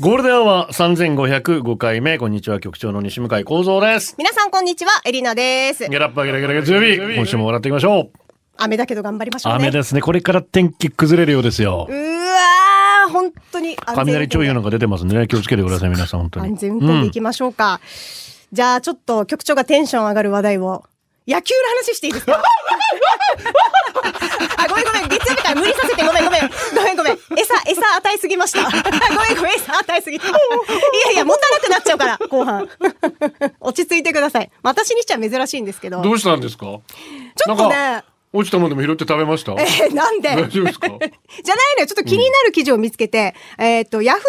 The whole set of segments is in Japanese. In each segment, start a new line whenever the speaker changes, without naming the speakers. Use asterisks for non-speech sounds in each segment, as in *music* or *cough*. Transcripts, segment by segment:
ゴールデンは三千五百五回目こんにちは局長の西向井光三です。
皆さんこんにちはエリナです
ゲラッパゲラゲラゲラ強火今週も笑っていきましょう。
雨だけど頑張りましょうね
雨ですねこれから天気崩れるようですよ
う。わー本当に安全運
雷
転
注意報なんか出てますんでね気をつけてください皆さん本当に。
安全運転でいきましょうか、じゃあちょっと局長がテンション上がる話題を野球の話してい
*laughs*
いですかあごめんごめん月曜日から無理させてごめんごめんごめんごめん餌餌与えすぎまし
*laughs*
たごめんごめん餌与えすぎたいやいや持たなくなっちゃうから後半落ち着いてくださいまあ私にしちゃ珍しいんですけど
どうしたんですか。
ちょっとね
落ちたものでも拾って食べました。
えーなんで
大丈夫ですか
*laughs* じゃないのよ。ちょっと気になる記事を見つけて、えーっと、ヤフーニュ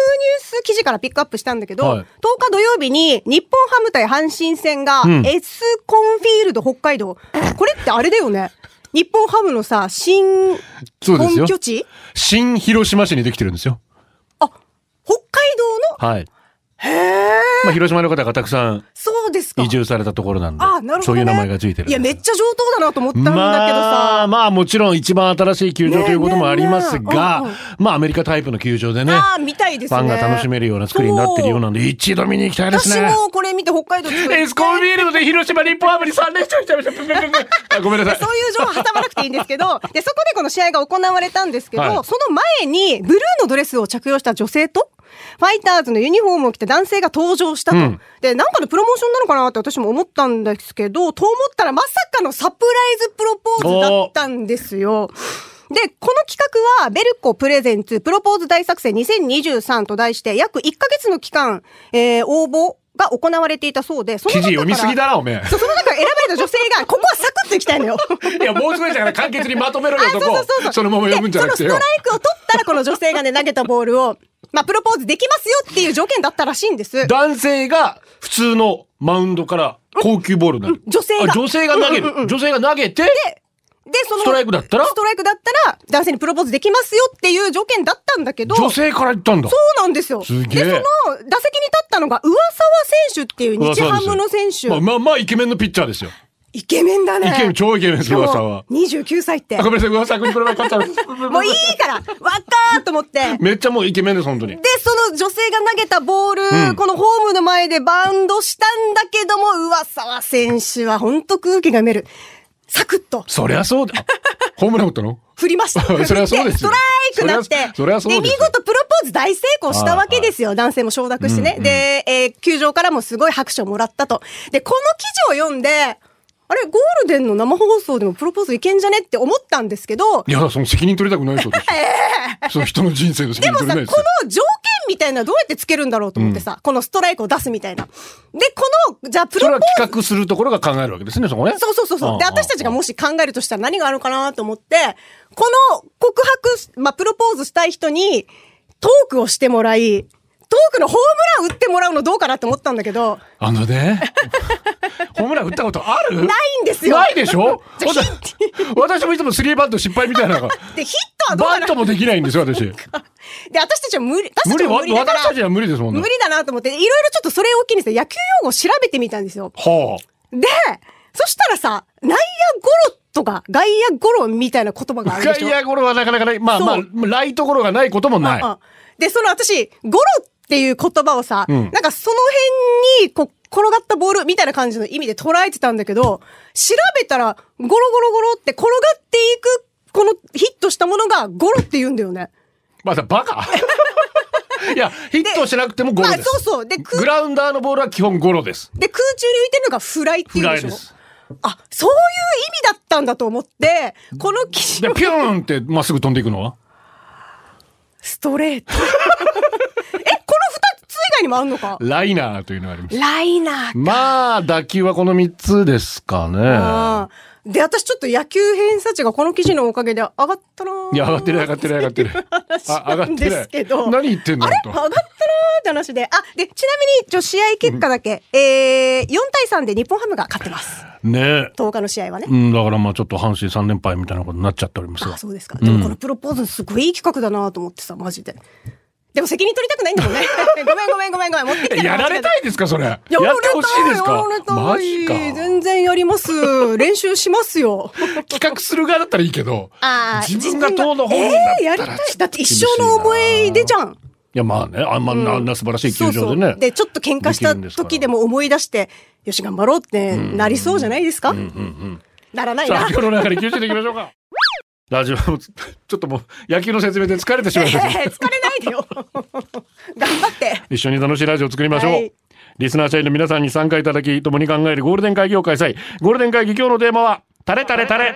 ース記事からピックアップしたんだけど、
はい
10日土曜日に日本ハム対阪神戦が、
ん
エスコンフィールド北
*laughs*
海道。これってあれだよね。日本ハムのさ、新
そうですよ
本拠地
新広島市にできてるんですよ。
あ、北海道の
はい。まあ広島の方がたくさん
そうですか。
移住されたところなんで
あ、なるほど、ね。
そういう名前がついてるんです。
いや、めっちゃ上等だなと思ったんだけどさ。
まあ、まあもちろん一番新しい球場ということもありますが、
ねえねえね
まあアメリカタイプの球場でね、
あー見たいです
フ
ね。
ァンが楽しめるような作りになってるようなんで、一度見に行きたいです
そう
ね
私。もこれ見て北海道作
エスコンフィールドで広島日本ハムに3連勝しちゃいましたプンプンプンプンあ。ごめんなさい。
そういう情報挟まなくていいんですけど、で、そこでこの試合が行われたんですけど、
はい
その前に、ブルーのドレスを着用した女性と、ファイターズのユニフォームを着た男性が登場したと。
うん
で、なんかのプロモーションなのかなって私も思ったんですけど、と思ったらまさかのサプライズプロポーズだったんですよ。で、この企画は、ベルコプレゼンツプロポーズ大作戦2023と題して、約1ヶ月の期間、えー応募が行われていたそうで、その
記事
中か
読
ら
みすぎだな、おめえ。
そうその中から選ばれた女性が、ここはサクッと行きたいのよ。
いや、もう少しだから簡潔にまとめろよ、 *laughs* そ
あ
こ。のまま読むんじゃなくて
でそ
よ
の。ストライクを取ったら、この女性がね、投げたボールを、まあ、プロポーズできますよっていう条件だったらしいんです。
男性が普通のマウンドから高級ボールになる。
女性が
あ女性が投げる。女性が投げて、
で、その、
ストライクだったら
ストライクだったら、男性にプロポーズできますよっていう条件だったんだけど、
女性から行ったんだ。
そうなんですよ。
すげえ
で、その、打席に立ったのが、上沢選手っていう日ハムの選手。
まあまあまあイケメンのピッチャーですよ。
イケメンだね。
イケメン超イケメンです
しかも
上沢は
29歳って
あ。ごめんなさい、噂にこれまで買ったの
もういいから、わっかーと思って。
めっちゃもうイケメンです、本当に
で。、その女性が投げたボール、
うん
このホームの前でバウンドしたんだけども、上沢選手は本当空気が読める。サクッと
そりゃそうだ。あホームラン打ったの
振りました。
*laughs* そりゃそうですよ
振ってストライクなっ
そりゃ
て。
そりゃそうです
で、
よ
見事プロポーズ大成功したわけですよ。男性も承諾してね。で、えー球場からもすごい拍手をもらったと。で、この記事を読んで、あれ、ゴールデンの生放送でもプロポーズいけんじゃねって思ったんですけど、
いや、その責任取りたくないそうです。その人の人生の責
で
任
も
取
さ、
れ
こ
ない
の
ですよ。
条件みたいなのはどうやってつけるんだろうと思ってさ、このストライクを出すみたいな。で、この、じゃあプ
そ
ロ
れは
ポーズ。
企画するところが考えるわけですね、そこね。
そうそうそうそう。で、
ああ
私たちがもし考えるとしたら何があるかなと思って、この告白、まあ、プロポーズしたい人にトークをしてもらい、トークのホームラン打ってもらうのどうかなって思ったんだけど、
あのね、ホームラン打ったことあるない
んですよ
ないでしょ
*laughs* じゃあ
私私もいつもスリーバント失敗みたいなのが。
で、ヒットは *laughs* どう
バ
か
ン
な
トもできないんですよ、
*laughs*
私。
で、私たちは無理、私た
無
ち
理、
は
わ
無理だから。
私たちには無理ですもんね。
無理だなと思って、いろいろちょっとそれを機にさ、野球用語を調べてみたんですよ。
は
で、そしたらさ、内野ゴロとか外野ゴロみたいな言葉が
あ。
あるでし
外
ょ。
野ゴロはなかなかない。まあ
そ
まあ
う、
ライトゴロがないこともない。
うんで、その私、ゴロっていう言葉をさ、
ん
なんかその辺に、こう、転がったボールみたいな感じの意味で捉えてたんだけど、調べたら、ゴロゴロゴロって転がっていく、このヒットしたものがゴロって言うんだよね。
まあさ、バ
*laughs*
カいや、ヒットしなくてもゴロ
まあ、
で
そう
す。
そう。で、空
グラウンダーのボールは基本ゴロです。
で、空中に浮いてるのがフライっていうんで
フライ
し
で
ょ
す
あ、そういう意味だったんだと思って、この記事
で、
を
ピューンってまっすぐ飛んでいくのは
ストレート。え、こ *laughs* の二つ以外にもあんのか
ライナーというのがあります。
ライナー
まあ、打球はこの3つですかね。
あーで、私ちょっと野球偏差値がこの記事のおかげで上がったなー
いや、上がってる上がってる上が
*laughs*
ってる。あ上
話
が
な
っ
ん
て
ですけど。
る。何言ってんの
あれ上
と
がったなーって話で。あ、で、ちなみに、ちょ、試合結果だけ、えー、4対3で日本ハムが勝ってます。
ねえ。
10日の試合はね。
うん、だからまあちょっと阪神3連敗みたいなことになっちゃっております
あ
が。
そうですか。でもこのプロポーズすごいいい企画だなと思ってさ、マジで。でも責任取りたくないんだもんね。 *laughs* ごめんごめんごめんごめん。持ってきて
やられたいですかそれやって
やられたい
ほしいです
や
から
れたい
マジか
全然やります。練習しますよ。
企画する側だったらいいけど
あー
自分が当の本人
えー
だ
や
っ
り
た
た
ら。
いだって一生の思い出じゃん。
いやまあね、あんま、あんな素晴らしい球場でね。
で、ちょっと喧嘩した
できるんですから
時でも思い出して、よし頑張ろうってなりそうじゃないですかならない
さ
な
あ。今日の中で休止でいきましょうか
ラジオ、ちょっともう野球の説明で疲れてしまいま
えー
した。
*laughs* 疲れないでよ。 *laughs* 頑張って。
一緒に楽しいラジオを作りましょう。
はい
リスナー社員の皆さんに参加いただき、共に考えるゴールデン会議を開催。ゴールデン会議今日のテーマは、タレタレタレ。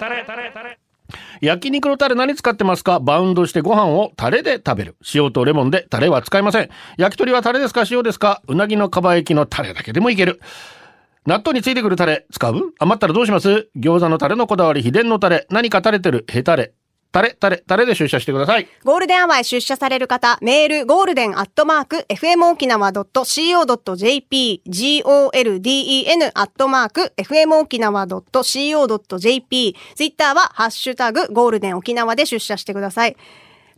焼肉のタレ何使ってますかバウンドしてご飯をタレで食べる。塩とレモンでタレは使いません。焼き鳥はタレですか塩ですかうなぎのかば焼きのタレだけでもいける。納豆についてくるタレ使う余ったらどうします餃子のタレのこだわり、秘伝のタレ、何か垂れてる、へたれ。タレ、タレ、タレで出社してください。
ゴールデンアワーへ出社される方、メール、ゴールデンアットマーク、fmokinawa.co.jp、golden アットマーク、fmokinawa.co.jp、ツイッターは、ハッシュタグ、ゴールデン沖縄で出社してください。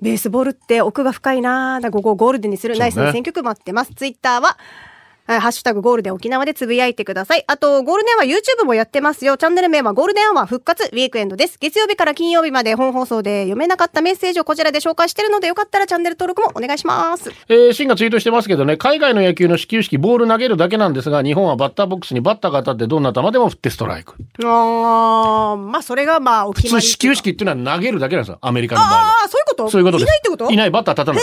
ベースボールって奥が深いなぁ。だここをゴールデンにする
そうね
ナイスの選曲待ってます。ツイッターは、えーハッシュタグゴールデン沖縄でつぶやいてください。あと、ゴールデンは YouTube もやってますよ。チャンネル名はゴールデンは復活ウィークエンドです。月曜日から金曜日まで本放送で読めなかったメッセージをこちらで紹介してるので、よかったらチャンネル登録もお願いします。
えー、シンがツイートしてますけどね、海外の野球の始球式、ボール投げるだけなんですが、日本はバッターボックスにバッターが当たって、どんな球でも振ってストライク。
あー、まあ、それがまあ、お
普
決ま
通、
り。
始球式っていうのは投げるだけなんですよ、アメリカの場合
あ
は。
あ、そういうこと
そういうことです。
いないってこと
いない、バッター立たない。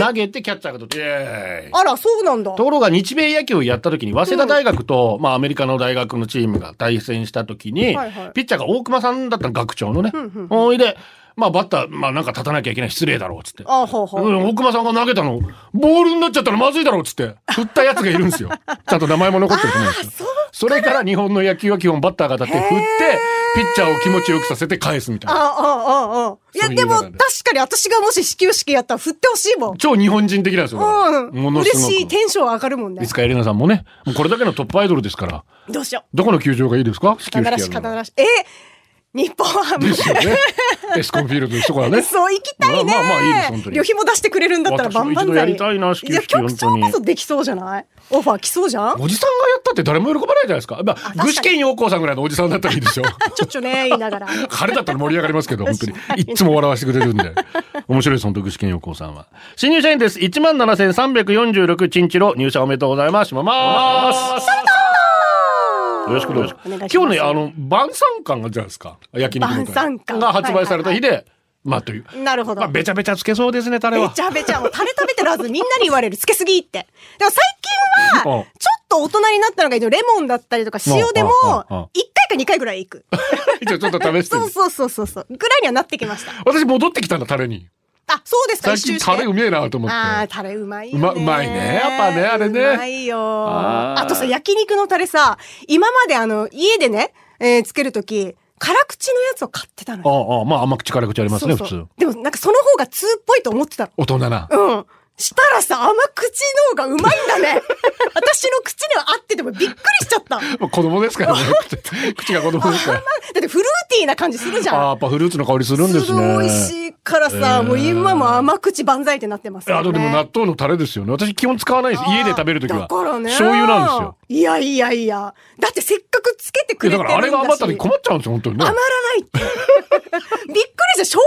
投げて、キャッチャーが取って、イエーイ
あら、そうなんだ。
ところが日米野球をやった時に早稲田大学と、まあアメリカの大学のチームが対戦した時に、
はいはい
ピッチャーが大熊さんだったの学長のね。おいで、まあバッター、まあなんか立たなきゃいけない失礼だろうっつって。
あーほうほう。
うん、大熊さんが投げたの、ボールになっちゃったらまずいだろうっつって、振ったやつがいるんですよ。ちゃんと名前も残ってると思うんですよ。それから日本の野球は基本バッターが当たって振って、ピッチャーを気持ちよくさせて返すみたい
あー
な。
あー、あーあー、いや、
そういう
でも、
流れ
確かに私がもし始球式やったら振ってほしいもん。
超日本人的なんですよ。
う
も
ん。
のす
嬉
ごく。
しい。テンション上がるもんね
いつ。かエレナさんもね、もうこれだけのトップアイドルですから、
どうしよう。
どこの球場がいいですか始球
肩
式や
慣
るの
らし、肩
は。
慣らし。え日本ハム。
ですよね。エスコンフィールドの人からね。
*laughs* そう、行きたいね。
まあまあまあいいです本当に
旅費も出してくれるんだったら
私も
万
一度
々歳。
やりたいな始球式
いや局長
本当
こ
に
そできそうじゃないオファー来そうじゃん
おじさんがやったって誰も喜ばないじゃないですか。まあ、具志堅陽光さんぐらいのおじさんだったらいいでしょ。
ちょっちょね、言い
*laughs*
ながら。
彼だったら盛り上がりますけど、本当に
確か。に
いっつも笑わせてくれるん
*laughs*
で。面白いです、本当、具志堅用高さんは。新入社員です。17,346チンチロ、入社おめでとうございます。しまます。よろしくどうぞ
お願いします
今日ね、あの、晩餐館がじゃないですか。焼肉の
晩餐館
が発売された日で、まあ、という。
なるほ
まあ、
ど。
べちゃべちゃつけそうですね、タレ
べ
は
ち。ゃべちゃ、もうタレ食べてるはずみんなに言われる。つけすぎって。でも最近
うん
は、ちょっと大人になったのがいいのレモンだったりとか塩でも
うんうんうんうん、
1回か2回ぐらいいく。
一応ちょっと試して
そ
み
う
る。
そうそうそうそう。ぐらいにはなってきました。
私戻ってきたんだ、タレに。
あ、そうですか、
最
一周
近
して。
タレうめえなと思って。
ああ、タレうまいう
ま
よね。
うまいねやっぱねあれね
うまいよ。
あ
あ
ー
とさ、焼肉のタレさ、今まであの、家でね、えーつけるとき、辛口のやつを買ってたの
あ
よ。
あ、ああまあ、甘口辛口ありますね、
そう
普
そう
通。
でもなんかその方が通っぽいと思ってたの。
大人な。
うん。したらさ、甘口の方がうまいん
*laughs*
だね。私の口には合っててもびっくりしちゃった。
まあ子供です
*laughs*
からね。口口が子供ですか
あ
ら
ん。まだってフルーティーな感じするじ
ああ、
ゃ
や
ん。
っぱフルーツの香りするんですね。
ごい美味しいからさ、もう今も甘口万歳ってなってます
いや、
よ、
で
ね。
も納豆のタレですよね。私基本使わないです。家で食べるときは。
だからね。
醤油なんですよ。
すよ。いやいやいや。だってせっかくつけてく
い
れ
や
て
だ
るん
からあ
だし。
れが余った時困っちゃうんですよ、本当にね。
余らないって。びっくりした。醤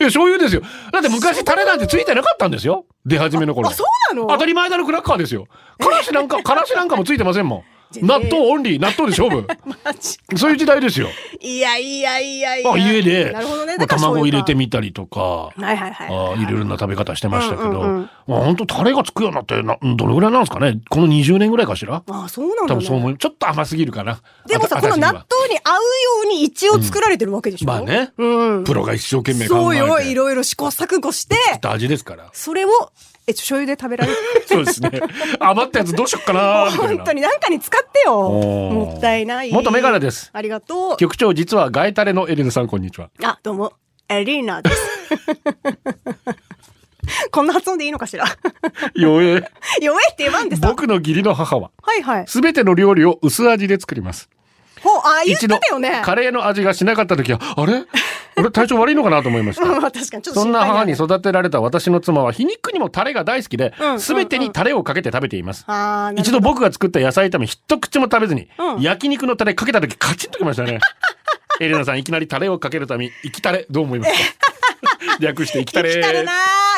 いや、醤油ですよ。だって昔タレなんてついてなかったんですよ。出始めの頃。
油あ、そうなの
当たり前だろ、クラッカーですよ。からしなん
*laughs*
か、からしなんかもついてませんもん。
全
納
然
豆オンリー、納豆で勝負。
マジ
そういう時代ですよ。
*laughs* いやいやいやいや。
あ家で、
なるほどね。
まあ
だから醤
卵
油
入れて
か
みたりとか。
はいはいはい。
ああいろいろな食べ方してましたけど、
うんうんうん
まあ、本当タレがつくようになってなどれぐらいなんですかねこの20年ぐらいかしら
あそうな
多
んだ、
分そう
ね。
思うちょっと甘すぎるかな
でもさ、
あ
こ
た
の納豆に合うように一応作られてるわけでしょ、
まあね、
うん。
プロが一生懸命
そ
考
う
えて
よ。
作
いろいろ試行錯誤して、
った味ですから
それを、え、ちょ醤油で食べられる。
そうです
*laughs*
ね余ったやつどうしよっかなみたいな
本当に何かに使ってよ。
おー
もったいない。
元メガネです
ありがとう。
局長実はガエタレのエリナさんこんにちは
あ、どうも、エリー
*laughs*
ナです。こんな発音でいいのかしら
よえ
弱いって言わんでさ。
僕の義理の母は
はいはい。
全ての料理を薄味で作ります
あ、言っ
一
て
度
たよね。
カレーの味がしなかった時はあ
*laughs*
れ俺体調悪いのかなと思いました
うん確かにちょっと
そん
心配
な
だね
母に育てられた私の妻は皮肉にもタレが大好きで
うんうん
全てにタレをかけて食べています
あーなるほど
一度僕が作った野菜炒め一口も食べずに、
うん
焼肉のタレかけた時カチンときました
*laughs*
ねエレナさんいきなりタレをかけるため生きタレどう思い
*laughs*
ますか略して生きタレ
生きたれな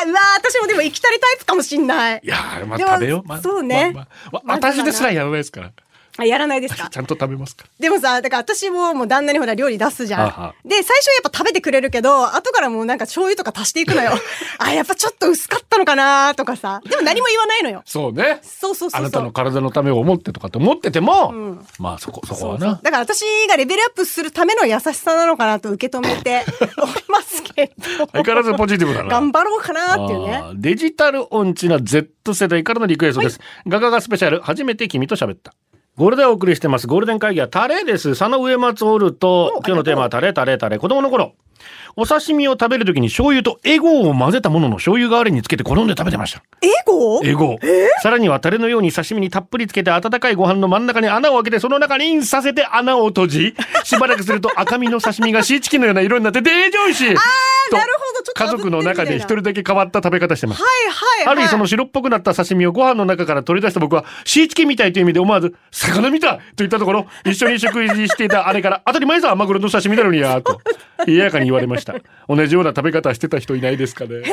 ーうわー私もでも生きたれタイプかもしんない
いやーまあ
でも
食べよう、まあ
そうね
まあまあわ私ですらやらないですから
あやらないですか
ちゃんと食べますから
でもさだから私ももう旦那にほら料理出すじゃん
はあはあ
で最初はやっぱ食べてくれるけど後からもうなんか醤油とか足していくのよ
*laughs*
あやっぱちょっと薄かったのかなーとかさでも何も言わないのよ
そうね
そうそうそうそう
あなたの体のためを思ってとかって思ってても、
ん
まあそこそこ
そう
は
そう
な
だから私がレベルアップするための優しさなのかなと受け止めておりますけど
*laughs* 相変わらずポジティブだな
頑張ろうかなーっていうね
あーデジタル音痴な Z 世代からのリクエストです、ガガガスペシャル初めて君と喋ったゴールデンをお送りしてますゴールデン会議はタレです佐野植松オルと今日のテーマはタレタレタレ子供の頃お刺身を食べるときに醤油とエゴを混ぜたものの醤油代わりにつけて転んで食べてました
エゴ
エゴ、さらにはタレのように刺身にたっぷりつけて温かいご飯の真ん中に穴を開けてその中にインさせて穴を閉じしばらくすると赤身の刺身がシーチキンのような色になってデージョイシーと
なるほどちょっと
家
炙って
族の中で一人だけ変わった食べ方してます
はいはい、はい、
ある意その白っぽくなった刺身をご飯の中から取り出した僕は、シーチキンみたいという意味で思わず、魚みたいと言ったと
*laughs*
ころ、一緒に食事していたあれから、当たり前さ、マグロの刺身なのにやー
*laughs*
と、冷ややかに言われました。同じような食べ方してた人いないですかね。 *laughs* だ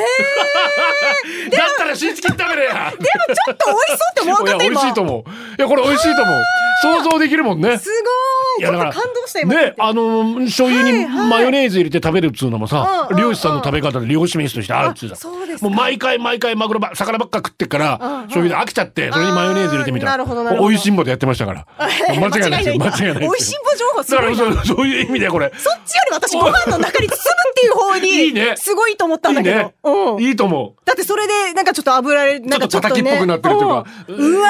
ったらシーチキン食べれや
でもちょっと美味しそうって思わん
い
か
や、
った
美味
今
しいと思う。いや、これ美味しいと思う。想像できるもんね。
す
い
ごーい
や
ち
だ
ょ
か
っ
ら
と感動した今
ね、あのー、醤油に
はいはい
マヨネーズ入れて食べるっつうのもさ、
うんうんうん
漁師さんの食べ方で漁師飯としてあるっつうじゃん
あそうですか
もう毎回毎回マグロば、魚ばっか食ってっから、醤油で飽きちゃって、それにマヨネーズ入れてみた
あーな
ら、
るほどなるほど
美味しんぼでやってましたから。
*laughs*
もう間違いないですよ、間違いないです
美
よ。
味しんぼ情報す
だか
ご
ら
いな
そう、そういう意味でこれ。
そっちより私ご飯の中に包むっていう方
いいね
にすごいと思ったん
いい
だけど。
ね
うん。
いいと思う。
だってそれでなんかちょっと炙られなんかちょっとね。
ちょっと叩きっぽくなってるというか
んうわ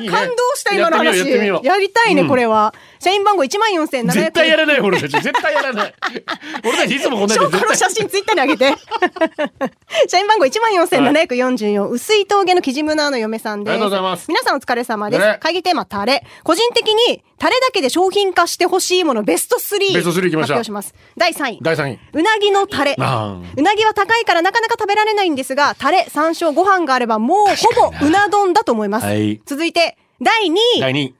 ー
いいね
感動した今の話。
やってみようやってみよう
りたいね、
うん
これは。社員番号1万4700円。
絶対やらない、俺たち。絶対やらない。俺たちいつもこんな
*laughs*
や
証
つ絶
拠の
対。
写真ツイッターにあげて。
*laughs*
社員番号14,744、薄い峠のキジムナーの嫁さんです。
ありがとうございます
皆さんお疲れ様です。
ね
会議テーマ、タレ。個人的に、タレだけで商品化してほしいものベスト3。
ベスト3いきまし
発
た
表します。第3位。
第3位。
うなぎのタレ。う
あ
なぎは高いからなかなか食べられないんですが、タレ、山椒、ご飯があればもうほぼうな丼だと思います。
はい
続いて、第2位。 *laughs*
第2位。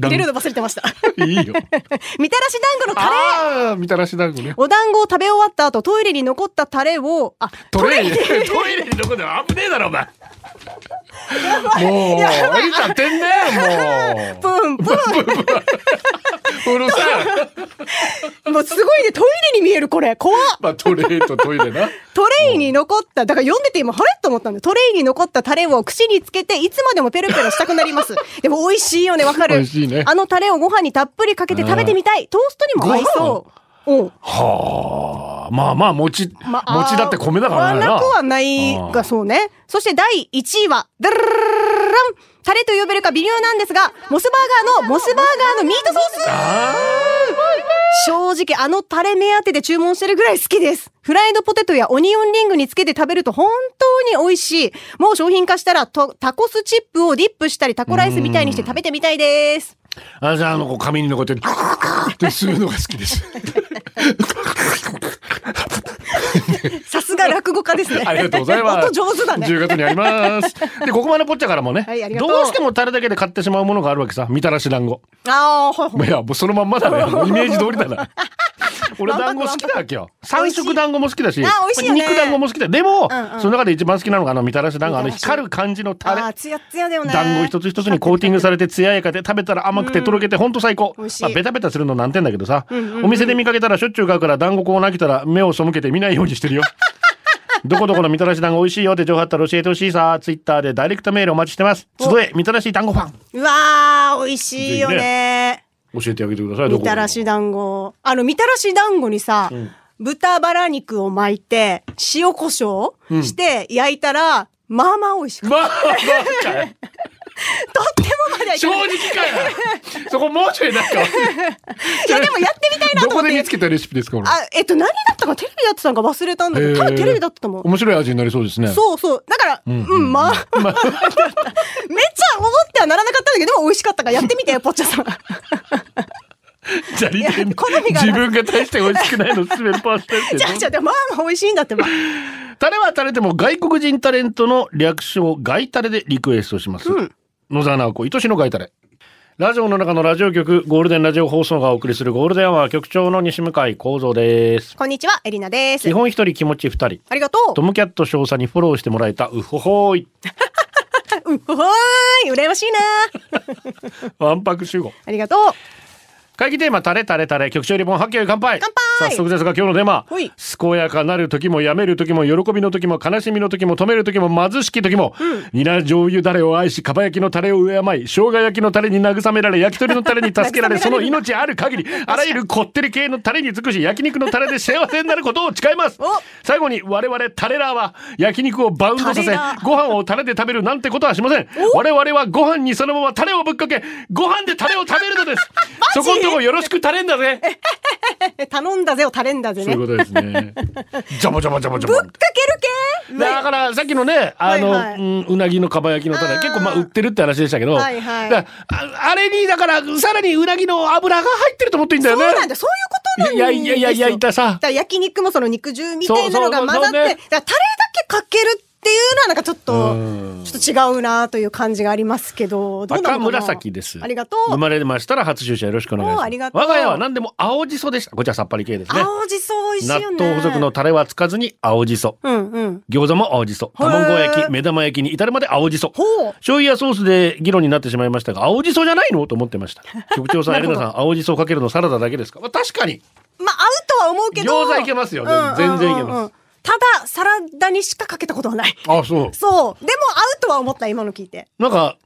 入れるの忘れて
*laughs*
ました。
いいよ。
みたらし団子のタレ。
ああ、みたらし団子ね。
お団子を食べ終わった後、トイレに残ったタレを、あ、
トイレに、トイレにどこで危ねえだろ、お前。もう、ありちゃってんねも
プンプン。
う。うるさい。
もうすごいね、トイレに見えるこれ。怖っ
まあ、トイレとトイレな。
トレイに残った、だから読んでて今、あれと思ったんだよ。トレイに残ったタレを口につけて、いつまでもペロペロしたくなります。でも美味しいよね、わかる。
美味しいね
あのタレをご飯にたっぷりかけて食べてみたい。トーストにも合いそう。うん。
はあ、まあまあ、餅、
まあ
餅だって米だから
ま
な。
あなくはない
ああ
が、そうね。そして第1位は、ダルルルルルルンタレと呼べるか微妙なんですが、モスバーガーの、モスバーガーのミートソース正直あのタレ目当てで注文してるぐらい好きです。フライドポテトやオニオンリングにつけて食べると本当に美味しい。もう商品化したらとタコスチップをディップしたりタコライスみたいにして食べてみたいです。
あのさん、あの、こう、髪に残って、って吸うのが好き
*laughs*
です。。
さすが落語家ですね
ありがとうございます。
*laughs* 音上手だね。
10月にあります。で、ここまでポッチャからもね、
はいありが
ど
とう
うしてもタレだけで買ってしまうものがあるわけさ。みたらし団子。
ああ、ほいほい
いや、もうそのまんまだね。もうイメージ通りだな。俺団子好きだわけよ。三色団子も好きだし、
美味しいあ美味しいよね
肉団子も好きだ。でも、
うんうん
その中で一番好きなのがあのみたらし団子、あの
みたらし
光る感じのタ
あ
レ
あ、。ツヤツヤだよね。
団子一つ一つにコーティングされて艶やかで食べたら甘くてとろけてほんと最高、
美味しい
まあ、ベタベタするの難点だけどさ、お店で見かけたらしょっちゅう買うから団子こうなきたら目を背けて見ないようにしてるよどこどこのみたらし団子美味しいよって情報あったら教えてほしいさツイッターでダイレクトメールお待ちしてます集えみたらし団子ファン
うわー、美味しいよね。
教えてあげてくださいどこ
みたらし団子。あの、みたらし団子にさ、豚バラ肉を巻いて、塩コショウして焼いたら、まあまあ美味しく。
まあまあかい
とってもまではい
正
かな
直
い
かよそこもうちょいなんか
いや、でもやってみたいな
ど
と
こ
思っ
で見
て
つ。けたレシピですかこれ
あ、えっと、何だったかテレビだってたのか忘れたんだけど、多分テレビだったと思う。
面白い味になりそうですね
そうそう。だから、うん、まあ、 *laughs* めっちゃ思ってはならなかったんだけど、でも美味しかったからやってみて、ポッチャさん。
じゃり天
いや好みが
自分が大して美味しくないの勧めるパースタイル *laughs* って
じゃあじゃあでもまあまあ美味しいんだってば。
タレはタレでも外国人タレントの略称外タレでリクエストします、
うん
野沢直子愛しの外タレラジオの中のラジオ局ゴールデンラジオ放送がお送りするゴールデンは局長の西向井幸三です
こんにちはエリナです
基。本一人気持ち二人
ありがと
トムキャット少佐にフォローしてもらえたうほほーい *laughs*
う。うんほほーい羨ましいな。
ワンパク集合
ありがとう。
会議テーマタレタレタレ局長リボン発見乾杯
乾杯
早速ですが今日のテーマ
ほい
健やかなる時もやめる時も喜びの時も悲しみの時も止める時も貧しき時も皆、醤油だれを愛しかば焼きのタレを敬い生姜焼きのタレに慰められ焼き鳥のタレに助けられ
*laughs* 慰められる
その命ある
*laughs*
限りあらゆるこってり系のタレに尽くし焼肉のタレで幸せになることを誓います
お
最後に我々タレラーは焼肉をバウンドさせ
タレラー
ご飯をタレで食べるなんてことはしません我々はご飯にそのままタレをぶっかけご飯でタレを食べるのですそこんとこよろしくタレんだぜ
え *laughs* 頼んだぜを垂れんだぜ
そうい
ね。
う
ぶっ
ことですねジャボジャボジャボジャボ
かける系。
だからさっきのねあの、
はいはい
うんうなぎのかば焼きのタレ
あー
結構まあ売ってるって話でしたけど、
はいはい
だからああれにだからさらにうなぎの油が入ってると思っていいんだ
そ
よ
う
ね
なんだよそういうことなんですよ。
いやいやいや焼いたさ
だから焼肉もその肉汁みたいなのが混ざって、
そうそうそうそうね
だからタレだけかけるっていうのはなんかちょ
う
っ
ん
とちょっと違うなという感じがありますけど、どうなのかな
赤紫です
ありがと
生
う。
まれましたら初出社よろしくお願いし
おー
ま
ありが
す
とう
我が家は何でも青じそでしたこちらさっぱり系ですね
青じそ美味しい
納
よね。
豆付属の。タレはつかずに青じそ
うんうん。
餃子も青じそ
へー
卵焼き目玉焼きに至るまで青じそ
ほう。
醤油やソースで議論になってしまいましたが青じそじゃないのと思って
*laughs*
ました局長さんエレナさん青じそかけるのサラダだけですか、まあ、確かに
まあ合うとは思うけど。
餃子いけますよ全然いけます
ただ、サラダにしかかけたことはない。
あそう
そう。でも合うとは思った、今の聞いて。
なんか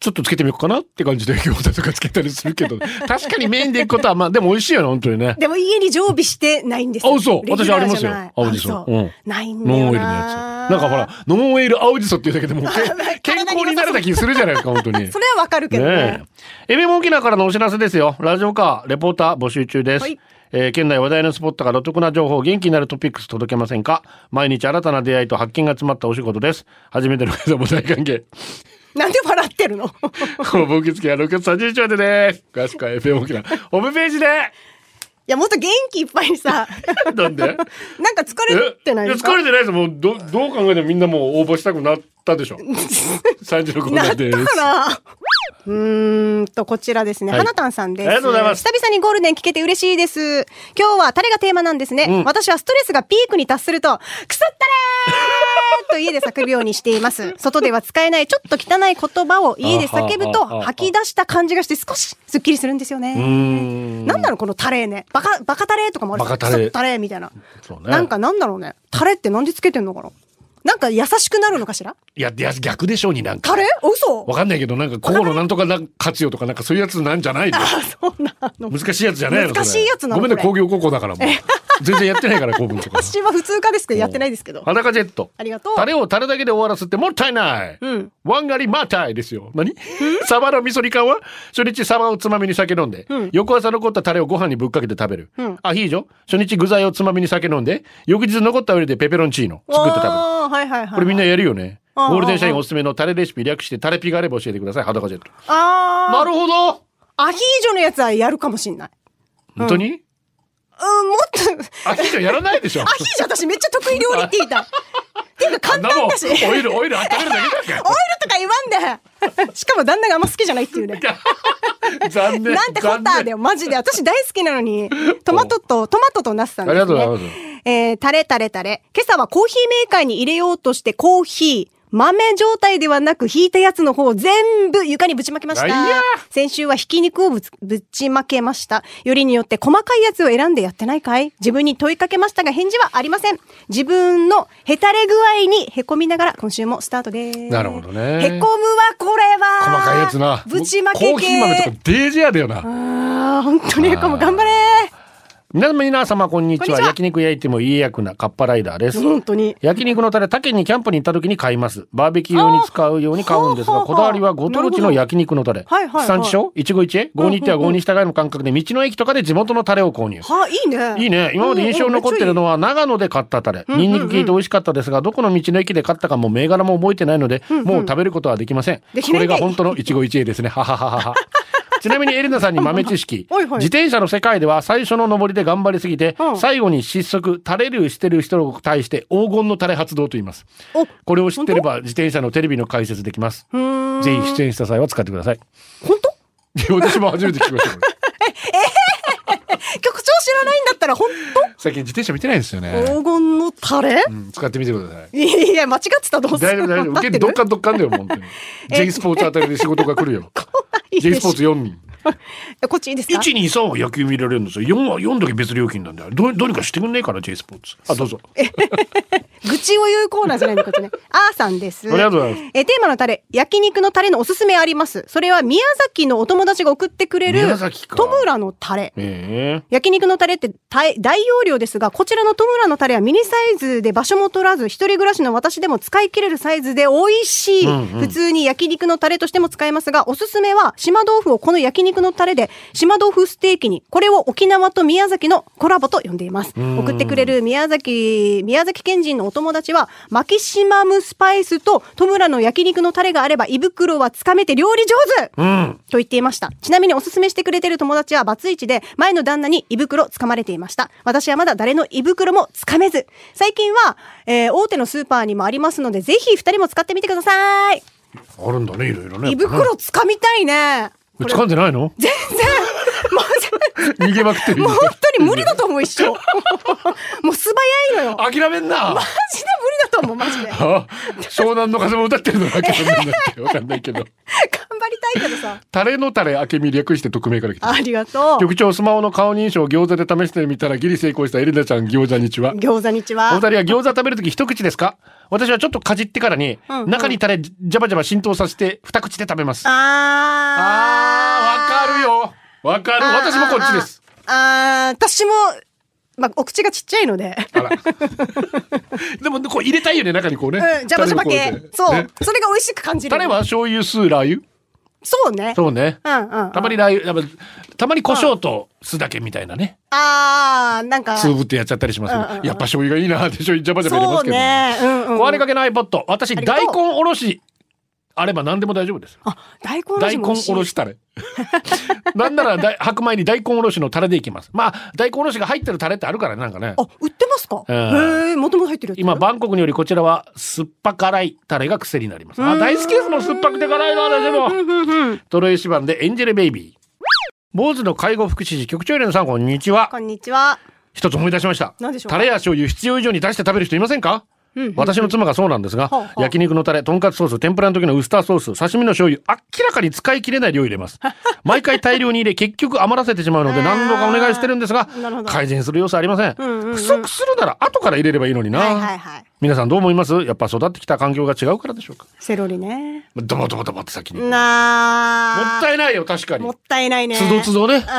ちょっとつけてみようかなって感じで *laughs* 餃子とかつけたりするけ
*laughs*
ど確かにメインでいくことはまあでも美味しいよね本当にね
でも家に常備してないんですよ。
あそう
レギュ
私
ラー
ありますよ
じゃない
青じそ
あそう
うん
ないんだ
ノンオ
よ
イルの
な
やつなんかほらノンオイル青じそっていうだけでもうけ
*laughs*
健康になれた気するじゃないですか本当に
それはわかるけどね
ね。え。エビモンキナからのお知らせですよ。ラジオカー、レポーター募集中です。
はい
えー県内話題のスポットからお得な情報、元気になるトピックス届けませんか毎日新たな出会いと発見が詰まったお仕事です。初めての方も大歓迎。
なんで笑ってるの *laughs* い
応募受付は6月30日までです。詳しくはエビモンキナ、ホームページで
や、もっと元気いっぱいにさ、
なんで
*laughs* なんか疲
え
れてない
い
で
や
すか
疲れてないです。もう、ど、どう考えてもみんなもう応募したくなったでしょ。30のコーナ
な
ー
っ
で
た
す。
かなうーんと、こちらですね。
はい
はなたんさんです。
ありがとうございます
久々にゴールデン聞けて嬉しいです。今日はタレがテーマなんですね。私はストレスがピークに達すると、腐ったれーと家で叫ぶようにして
*laughs*
います。外では使えないちょっと汚い言葉を家で叫ぶ
あはあ
と
はあ
吐き出した感じがして少しスッキリするんですよ
うー
ね。
ん。
なんなのこのタレね。バカ、バカタレとかもある
バカタレ
腐ったれみたいな。
そうね。
なんかなんだろうね。タレってなんでつけてんのかななんか優しくなるのかしら
いや、いや逆でしょうになんか。
タレ嘘
わかんないけど、なんか心のなんとかな活用とか、なんかそういうやつなんじゃない
*laughs*
の
そうなの。
難しいやつじゃないのそれ
難しいやつなの
ごめんね、
こ
工業高校だから
*laughs*
もう。全然やってないから、高分とか。
私は普通科ですけど、やってないですけど。
裸ジェット。
ありがとう
タレをタレだけで終わらすってもったいない。
うん。
ワンガリマータイですよ。何サバの味噌煮缶は初日サバをつまみに酒飲んで、
うん
翌朝残ったタレをご飯にぶっかけて食べる。
うん
アヒージョ初日具材をつまみに酒飲んで、翌日残った上でペペロンチーノ作って食べる。
あーはいはいはい。
これみんなやるよね。
あー
ゴールデン社員おすすめのタレレシピ略してタレピがあれば教えてください。裸ジェット。な
あ
るほど
あ。アヒージョのやつはやるかもしんない。
本当に
うん、もっ
*laughs*
と、
アヒージョやらないでしょ
アヒージョ私めっちゃ得意料理って言いたい。っていうか簡単だし。
あんなもんオイル、
*laughs* オ
オ
イル
イル温めるだけだか
とか言わんで。し *laughs* かも旦那があんま好きじゃないっていうね。
*laughs* ら。残念。
なんてこっ
残
た
念
だよ、マジで。私大好きなの
*laughs*
に。トマトと、トマトとナスさんです、ね。
ありがとうございます
*laughs* えー、タレタレタレ。今朝はコーヒーメーカーに入れようとしてコーヒー。豆状態ではなく、引いたやつの方を全部床にぶちまけまし
あいや
た。先週はひき肉をぶつぶちまけました。よりによって細かいやつを選んでやってないかい自分に問いかけましたが返事はありません。自分のへたれ具合にへこみながら今週もスタートです。
なるほどね
へこむわ、これは。
細かいやつな。
ぶちまけ系。
コーヒー豆とかデージアだよな。
ああ、本当にこも頑張れ
皆様、皆様、こんにち
こん
は。
にちは
焼肉焼いてもいい役なカッパライダーです。
本当に。
焼肉のタレ、他県にキャンプに行った時に買います。バーベキュー用に使うように買うんです
あー
が、
ほうほ
こ
うほう
だわりはご当地の焼肉のタレ。
ほどはいはいはい
地産地消一期一会合に行っては合に従いの感覚で、道の駅とかで地元のタレを購入。
はあ、いいね。
いいね。今まで印象に残ってるのは長野で買ったタレ。ニンニク効いて美味しかったですが、どこの道の駅で買ったかも銘柄も覚えてないので、もう食べることはできません。
でき
こ
な
れ
いんか
が
い *laughs*
本当の一期一会ですね。ははははは。ちなみにエリナさんに豆知識
はいはい
自転車の世界では最初の上りで頑張りすぎて、
うん
最後に失速垂れるしてる人に対して黄金の垂れ発動と言います
お
これを知ってれば自転車のテレビの解説できます
うーん
ぜひ出演した際は使ってください
本
*laughs*
当
いや私も初めて聞きましたこれ
局長知らないんだったら本
最近自転車見てないんですよ
当
ね、
黄金のタレ
うん、使ってみてください
いやいや間違ってたどうす
*laughs* 大
る
丈夫大丈夫
合っ
受
て
け
る
どっかんどっかんだよもう本
*laughs*
当に J スポーツあたりで仕事が来るよ
いいで
J
しょ
スポーツ4人
えこっちいいですか
1、2、3は野球見られるんですよ。4は4だけ別料金なんだよ。どうどうにかしてくんねえから、J スポーツ。あ、どうぞ。
愚痴を言うコーナーじゃないのこっちね *laughs* あーさんです
ありがとうございます
えテーマのタレ焼肉のタレのおすすめありますそれは宮崎のお友達が送ってくれる
宮崎か
トムラのタレ
ええ
焼肉のタレって大大容量ですが、こちらのトムラのタレはミニサイズで場所も取らず、一人暮らしの私でも使い切れるサイズで美味しい。
うんうん
普通に焼肉のタレとしても使えますが、おすすめは島豆腐をこの焼肉のタレで、島豆腐ステーキに、これを沖縄と宮崎のコラボと呼んでいます。送ってくれる宮崎、宮崎県人のお友達は、マキシマムスパイスとトムラの焼肉のタレがあれば胃袋はつかめて料理上手
うん。
と言っていました。ちなみにおすすめしてくれてる友達はバツイチで、前の旦那に胃袋掴まれていました。私はまだ誰の胃袋も掴めず。最近は、えー大手のスーパーにもありますので、ぜひ二人も使ってみてください。
あるんだね、いろいろね。
胃袋掴みたいね。これ
掴んでないの
全然、もう
逃げまくってる
もう本当に無理だと思う、一生。もう素早いのよ。マ
諦めんな
ジで無理だと思う、マジで。頑張
あ湘南の風も歌ってるのだけどなんだっけわかんないけど
りたいけどさ。
タレのタレ明美略して匿名から来た
ありがとう。
局長、スマホの顔認証を餃子で試してみたらギリ成功したエリナちゃん餃子にちは。
餃子にち
お
は
二。人は餃子食べるとき一口ですか私はちょっとかじってからに、
うんうん
中にタレジャバジャバ浸透させて二口で食べます。
あー。
あーわかるよわかる私もこっちです
あー私も、まあ、お口がちっちゃいので。
あら
*laughs*
でもこう入れたいよね中にこうね
*laughs* うん、ジャバジャバ系
タレをこ。
そう、
ね
それが美味しく感じる。
タレは醤油、酢、ラー油
そうね。
そうね。
うんうんうん。
たまにラー油、やっぱたまに胡椒と酢だけみたいなね。
あー、なんか。
つぶってやっちゃったりしますけど、
うんうんうん
やっぱ醤油がいいなって醤油ジャバジャバ入れま
そ
す
う
けど、
ね。うんうん。
壊れかけの iPod 私
りがと
大
う
根おろしあれば何でも大丈夫です
あ、大根おろ
大
し
根
も美味しい。
おろしタレなんなら大白米に大根おろしのタレでいきますまあ大根おろしが入ってるタレってあるからねなんかね
あ、売ってますか
うん
へえ、もともと入ってるやつ。
今バンコクによりこちらは酸っぱ辛いタレが癖になりますあ大好きですもん酸っぱくて辛いの私
う
も
んうんうん。
トロイシバンでエンジェルベイビー坊主の介護福祉士局長エレンさんこんにちは
こんにちは。
一つ思い出しました
何でしょう
タレや醤油必要以上に出して食べる人いませんか
うんうん
私の妻がそうなんですが
ほうほ、う
焼肉のタレ、とんかつソース、天ぷらの時のウスターソース、刺身の醤油、明らかに使い切れない量入れ
*laughs*
ます。毎回大量に入れ、結局余らせてしまうので何度かお願いしてるんですが
なるほ、ど
改善する要素ありません。
んうんうん
不足するなら後から入れればいいのに
はいはい
な。
はい。
皆さんどう思いますやっぱ育ってきた環境が違うからでしょうか。
セロリね。
ドバドバドバって先に。もっ
なー。
たいないよ、確かに
もっ。たいないね。
つどつどね
うん。。
つ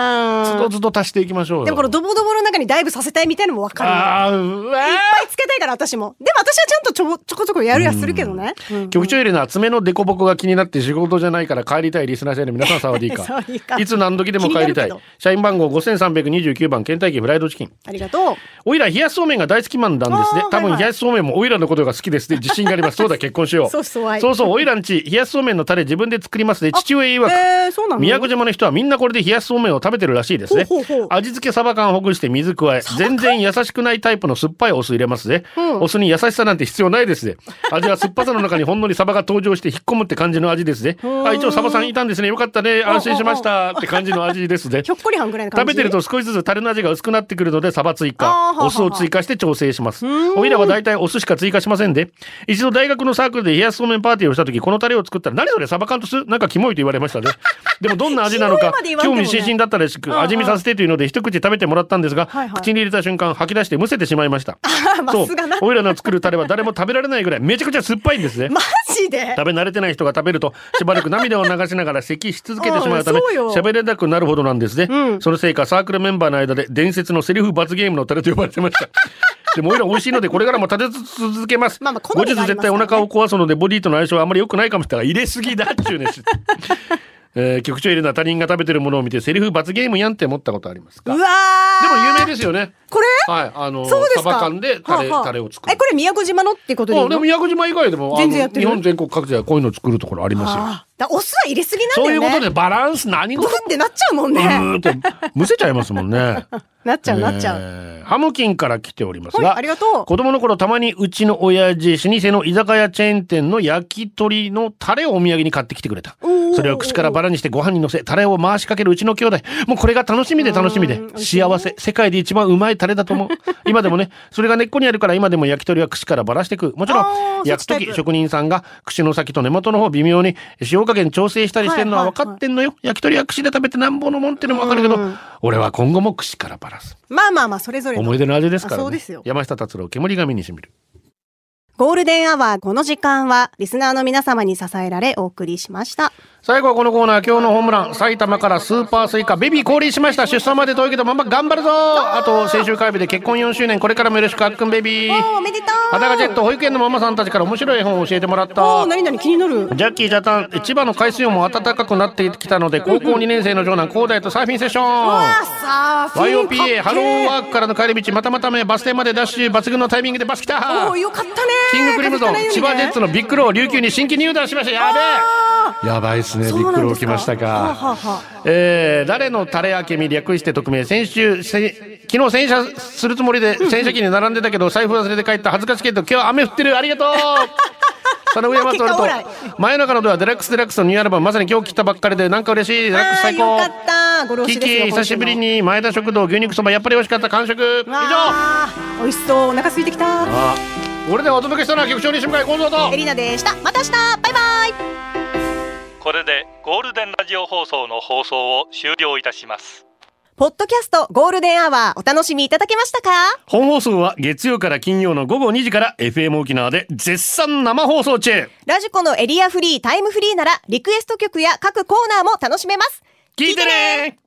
どつど足していきましょうよ。
でもこのドボドボの中にダイブさせたいみたいのもわかるよ。
あーうわー
いっぱいつけたいから私も。でも私はちゃんとちょぼちょこちょこやるやするけどね。うん
局長エレナは爪のデコボコが気になって仕事じゃないから帰りたいリスナー社員の皆さん、サワディ
*laughs*
ー
サワディー
カ。
カ
いつ何時でも帰りたい
気になるけど。
社員番号5329番、ケンタッキーフライドチキン。
ありがとう。
オイラ冷やしそうめんが大好きマンなんですね
あ。ー
多
はい
分
はい
冷やしそうめんもオイラのことが好きですね。自信があります。そうだ、結婚しよう。
*laughs* そうそうはい
そうそう、オイラんち、冷やしそうめんのタレ自分で作りますね。父親曰く。
えー、そうなの
宮古島の人はみんなこれで冷やしそうめんを食べてるらしいですね
ほうほうほう
味付けサバ缶をほぐして水加え全然優しくないタイプの酸っぱいお酢入れますね、
うん
お酢に優しさなんて必要ないですね味は酸っぱさの中にほんのりサバが登場して引っ込むって感じの味ですね
ん
あ一応サバさんいたんですねよかったね安心しましたって感じの味ですね
ひょっこりはんぐらいの感
食
じ
べてると少しずつタレの味が薄くなってくるのでサバ追
あー
加
はあはあ
お酢を追加して調整しますおいらは大体お酢しか追加しませんで一度大学のサークルで冷やしそうめんパーティーをした時このタレを作ったら何それサバ缶と酢なんかキモいと言われました
*laughs*
ねでもどんな味なの
キモい
か
まで言わんで
興
もね
味津々だったらしく味見させてというので一口食べてもらったんですが
はいはい
口に入れた瞬間吐き出してむせてしまいました
まあ
そう
すがな
おいらの作るタレは誰も食べられないぐらいめちゃくちゃ酸っぱいんですね
マジで
食べ慣れてない人が食べるとしばらく涙を流しながら咳し続けてしまうため
うんそうよ
喋れなくなるほどなんですね、
うん
そのせいかサークルメンバーの間で伝説のセリフ罰ゲームのタレと呼ばれてました
*laughs*
でもおいら美味しいのでこれからも立て続けます
まあまあ好
後
みが
日
ありますか
絶
らね
対お腹を壊すのでボディとの相性はあまり良くないかもしれない入れすぎだっち
*laughs*
ゅうねしえー局長いるのは他人が食べてるものを見てセリフ罰ゲームやんって思ったことあります
う
か
わー
でも有名ですよね
これ
はいあの
そうです
サ
か
バ缶でタレ,、
はあはあ
タレを作る
えこれ宮古島のってことでいい
あ
の
でも宮古島以外でもあの
全然やってる
日本全国各地でこういうの作るところありますよ
あーだからお酢は入れすぎなん
そ
だ
うい
よ
う
ね。
ことでバランス何
*laughs* ブ
事
フってなっちゃうもん
う
ね。
ーんってむせちゃいますもんね。
なっちゃうなっちゃう。
う。ハムキンから来ております
はい、
が
あり、がとう。
子供の頃たまにうちの親父老舗の居酒屋チェーン店の焼き鳥のタレをお土産に買ってきてくれたそれを口からバラにしてご飯にのせタレを回しかけるうちの兄弟もうこれが楽しみで楽しみで幸せ世界で一番うまいタレだと思う今でもね *laughs* それが根っこにあるから今でも焼き鳥は口からバラしてくもちろ
あ
ん
ー
焼く
そっちタイ
時
プ
職人さんが口の先と根元の方微妙に塩加減調整したりしてるのは分かってんのよ、焼き鳥は口で食べてなんぼのもんってのも分かるけど俺は今後も口からバラす
まあまあまあ、それぞれの
思い出の味ですから、ね、
あそうですよ
山下達郎煙が身にしみる
ゴールデンアワー、この時間は、リスナーの皆様に支えられお送りしました。
最後はこのコーナー今日のホームラン埼玉からスーパースイカベビー降臨しました出産まで遠いけどママ頑張るぞあと先週火曜日で結婚4周年これからもよろしくあっくんベビー
おーおめでとう
裸ジェット保育園のママさんたちから面白い絵本を教えてもらった
おー、なになに気になる。
ジャッキージャタン千葉の海水温も暖かくなってきたので高校2年生の長男広大とサーフィンセッション
あ、さあ、フィンかっ
YOPA
けー
ハローワークからの帰り道またまためバス停までダッシュ抜群のタイミングでバス来た
おー、よかったね。
キングクリムゾン、千葉ジェッツのビッグロー、琉球に新規入団しました。やべえ。やばいっすね、ビ
そう
ッ
な
グ
ん
ロー
です
来
か
ました
はあ
か。
はあはあ
えー、誰のタレ明けみ略して匿名、先週、せ昨日洗車するつもりで洗車機に並んでたけど、財布忘れて帰った恥ずかしいけど、今日は雨降ってる、ありがとう
*laughs*
その上松
結果オーライ
と、真夜中のドア、デラックスデラックスのニューアルバム、まさに今日来たばっかりで、なんか嬉しい、デラックス
あー
最高
よか。った。ご両
キ
親
キ、久しぶり。に前田食堂、牛肉そば、やっぱり美味しかった、完食。以上
わー美味しそう。お腹空いてきた。
これではお届けしたのは局長西向井幸三と
エ。リナでした。また明日。バイバイ。
これでゴールデンラジオ放送の放送を終了いたします
ポッドキャストゴールデンアワーお楽しみいただけましたか
本放送は月曜から金曜の午後2時から FM 沖縄で絶賛生放送中
ラジコのエリアフリー、タイムフリーならリクエスト曲や各コーナーも楽しめます。
聞いてね